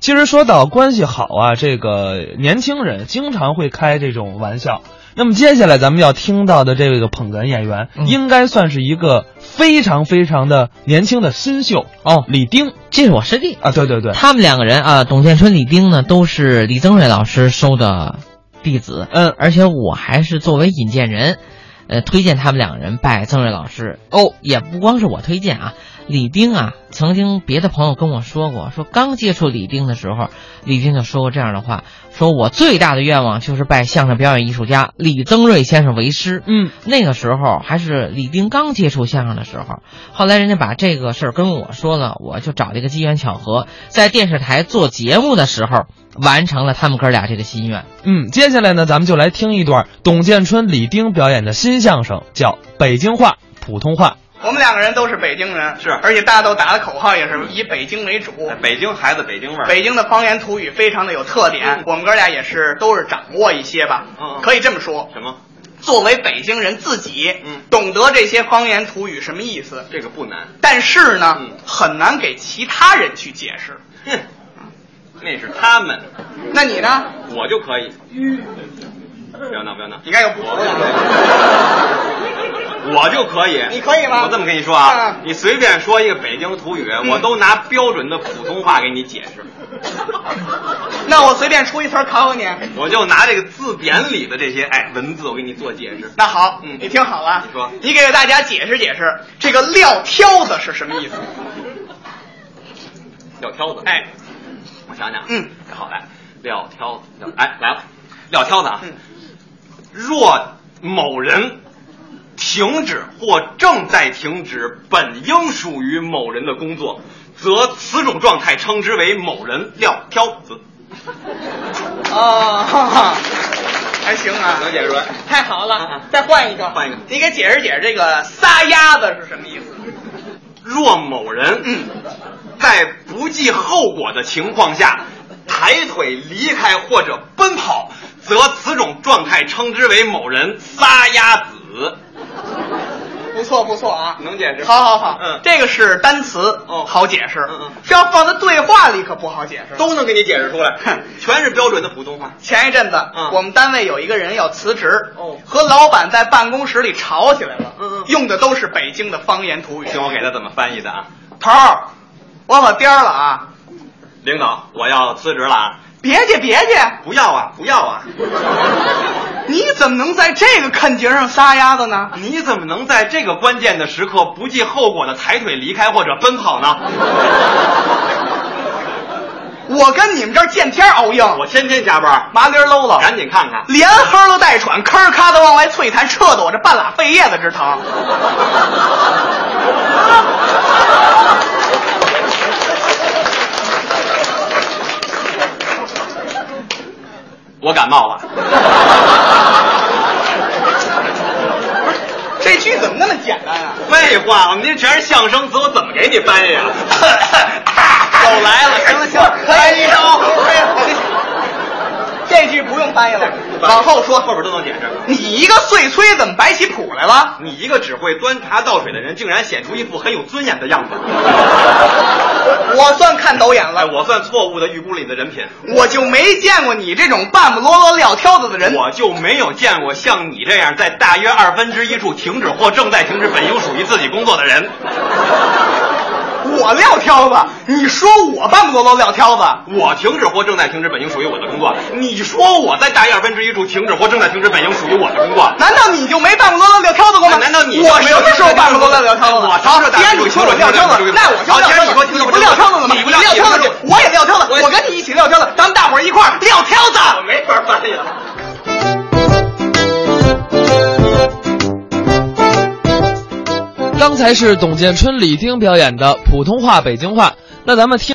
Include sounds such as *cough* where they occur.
其实说到关系好啊，这个年轻人经常会开这种玩笑。那么接下来咱们要听到的这个捧哏演员，嗯应该算是一个非常非常的年轻的新秀哦李丁这是我师弟，啊，对对对，他们两个人啊，董建春、李丁呢，都是李增瑞老师收的弟子，嗯而且我还是作为引荐人，呃，推荐他们两个人拜曾瑞老师。哦，也不光是我推荐啊，李丁啊，曾经别的朋友跟我说过，说刚接触李丁的时候，李丁就说过这样的话，说我最大的愿望就是拜相声表演艺术家李增瑞先生为师。嗯，那个时候还是李丁刚接触相声的时候，后来人家把这个事儿跟我说了，我就找了一个机缘巧合，在电视台做节目的时候完成了他们哥俩这个心愿。嗯，接下来呢，咱们就来听一段董建春、李丁表演的新相声，叫《北京话普通话我们两个人都是北京人，是嗯哎而且大家都打的口号也是以北京为主。北京孩子，北京味儿。北京的方言土语非常的有特点，我们哥俩也是都是掌握一些吧，嗯嗯可以这么说。什么？作为北京人自己，嗯懂得这些方言土语什么意思，这个不难。但是呢，嗯很难给其他人去解释。哼，那是他们，那你呢？我就可以。不要闹，不要闹，你看又不服了，我就可以。你可以吗我这么跟你说啊，嗯嗯你随便说一个北京土语，我都拿标准的普通话给你解释。那我随便出一词儿考考你。我就拿这个字典里的这些哎文字，我给你做解释。那好，嗯你听好了，你说你给大家解释解释这个撂挑子是什么意思？撂挑子，哎，我想想，嗯，好来，撂挑子，撂哎来了，撂挑子啊。嗯若某人停止或正在停止本应属于某人的工作，则此种状态称之为某人撂挑子。哦， *laughs* 哈哈还行啊，能解释出来太好了啊，再换一个，换一个你给解释解释这个撒丫子是什么意思？若某人嗯在不计后果的情况下抬腿离开或者奔跑，则此种状态称之为某人撒丫子。不错不错啊，能解释好好好，嗯这个是单词，哦好解释，嗯嗯这要放在对话里可不好解释。都能给你解释出来哼，全是标准的普通话。前一阵子，嗯我们单位有一个人要辞职，哦和老板在办公室里吵起来了，嗯嗯用的都是北京的方言土语。听我给他怎么翻译的啊？头儿，我可颠儿了啊！领导，我要辞职了啊！别介别介，不要啊，不要啊！你怎么能在这个坎节上撒丫子呢？你怎么能在这个关键的时刻不计后果的抬腿离开或者奔跑 *laughs* 呢？我跟你们这儿见天儿熬硬，我天天加班，麻溜儿搂了，赶紧看看。连哼了带喘，吭儿咔的往外啐痰，撤得我这半拉肺叶子直疼。我感冒了，这句怎么那么简单啊？废话，我们这全是相声词，我怎么给你翻译 *laughs* 啊？又来了，行了行了，哎 *laughs* 哎呦，这句不用翻译了，往往后后说说，。后边都能解释。你一个碎催，怎么摆起谱来了？你一个只会端茶倒水的人，竟然显出一副很有尊严的样子。我算看走眼哎，了，我算错误的预估了你的人品。我就没见过你这种半不啰啰撂挑子的人。我就没有见过像你这样在大约二分之一处停止或正在停止本应属于自己工作的人。我撂挑子，你说我半不啰啰撂挑子？我停止或正在停止本应属于我的工作。你说我在大约二分之一处停止或正在停止本应属于我的工作。难道你就没办过啰啰撂挑子过吗？难道你我什么时候办过啰啰撂挑子了？我啥时候既然你说我撂挑子，那我就撂挑子。你不撂挑子了吗？你不撂撂挑挑子子，我也撂挑子，我跟你一起撂挑子，咱们大伙儿一块儿撂挑子。我没法翻译了。刚才是董建春、李丁表演的普通话北京话。那咱们听。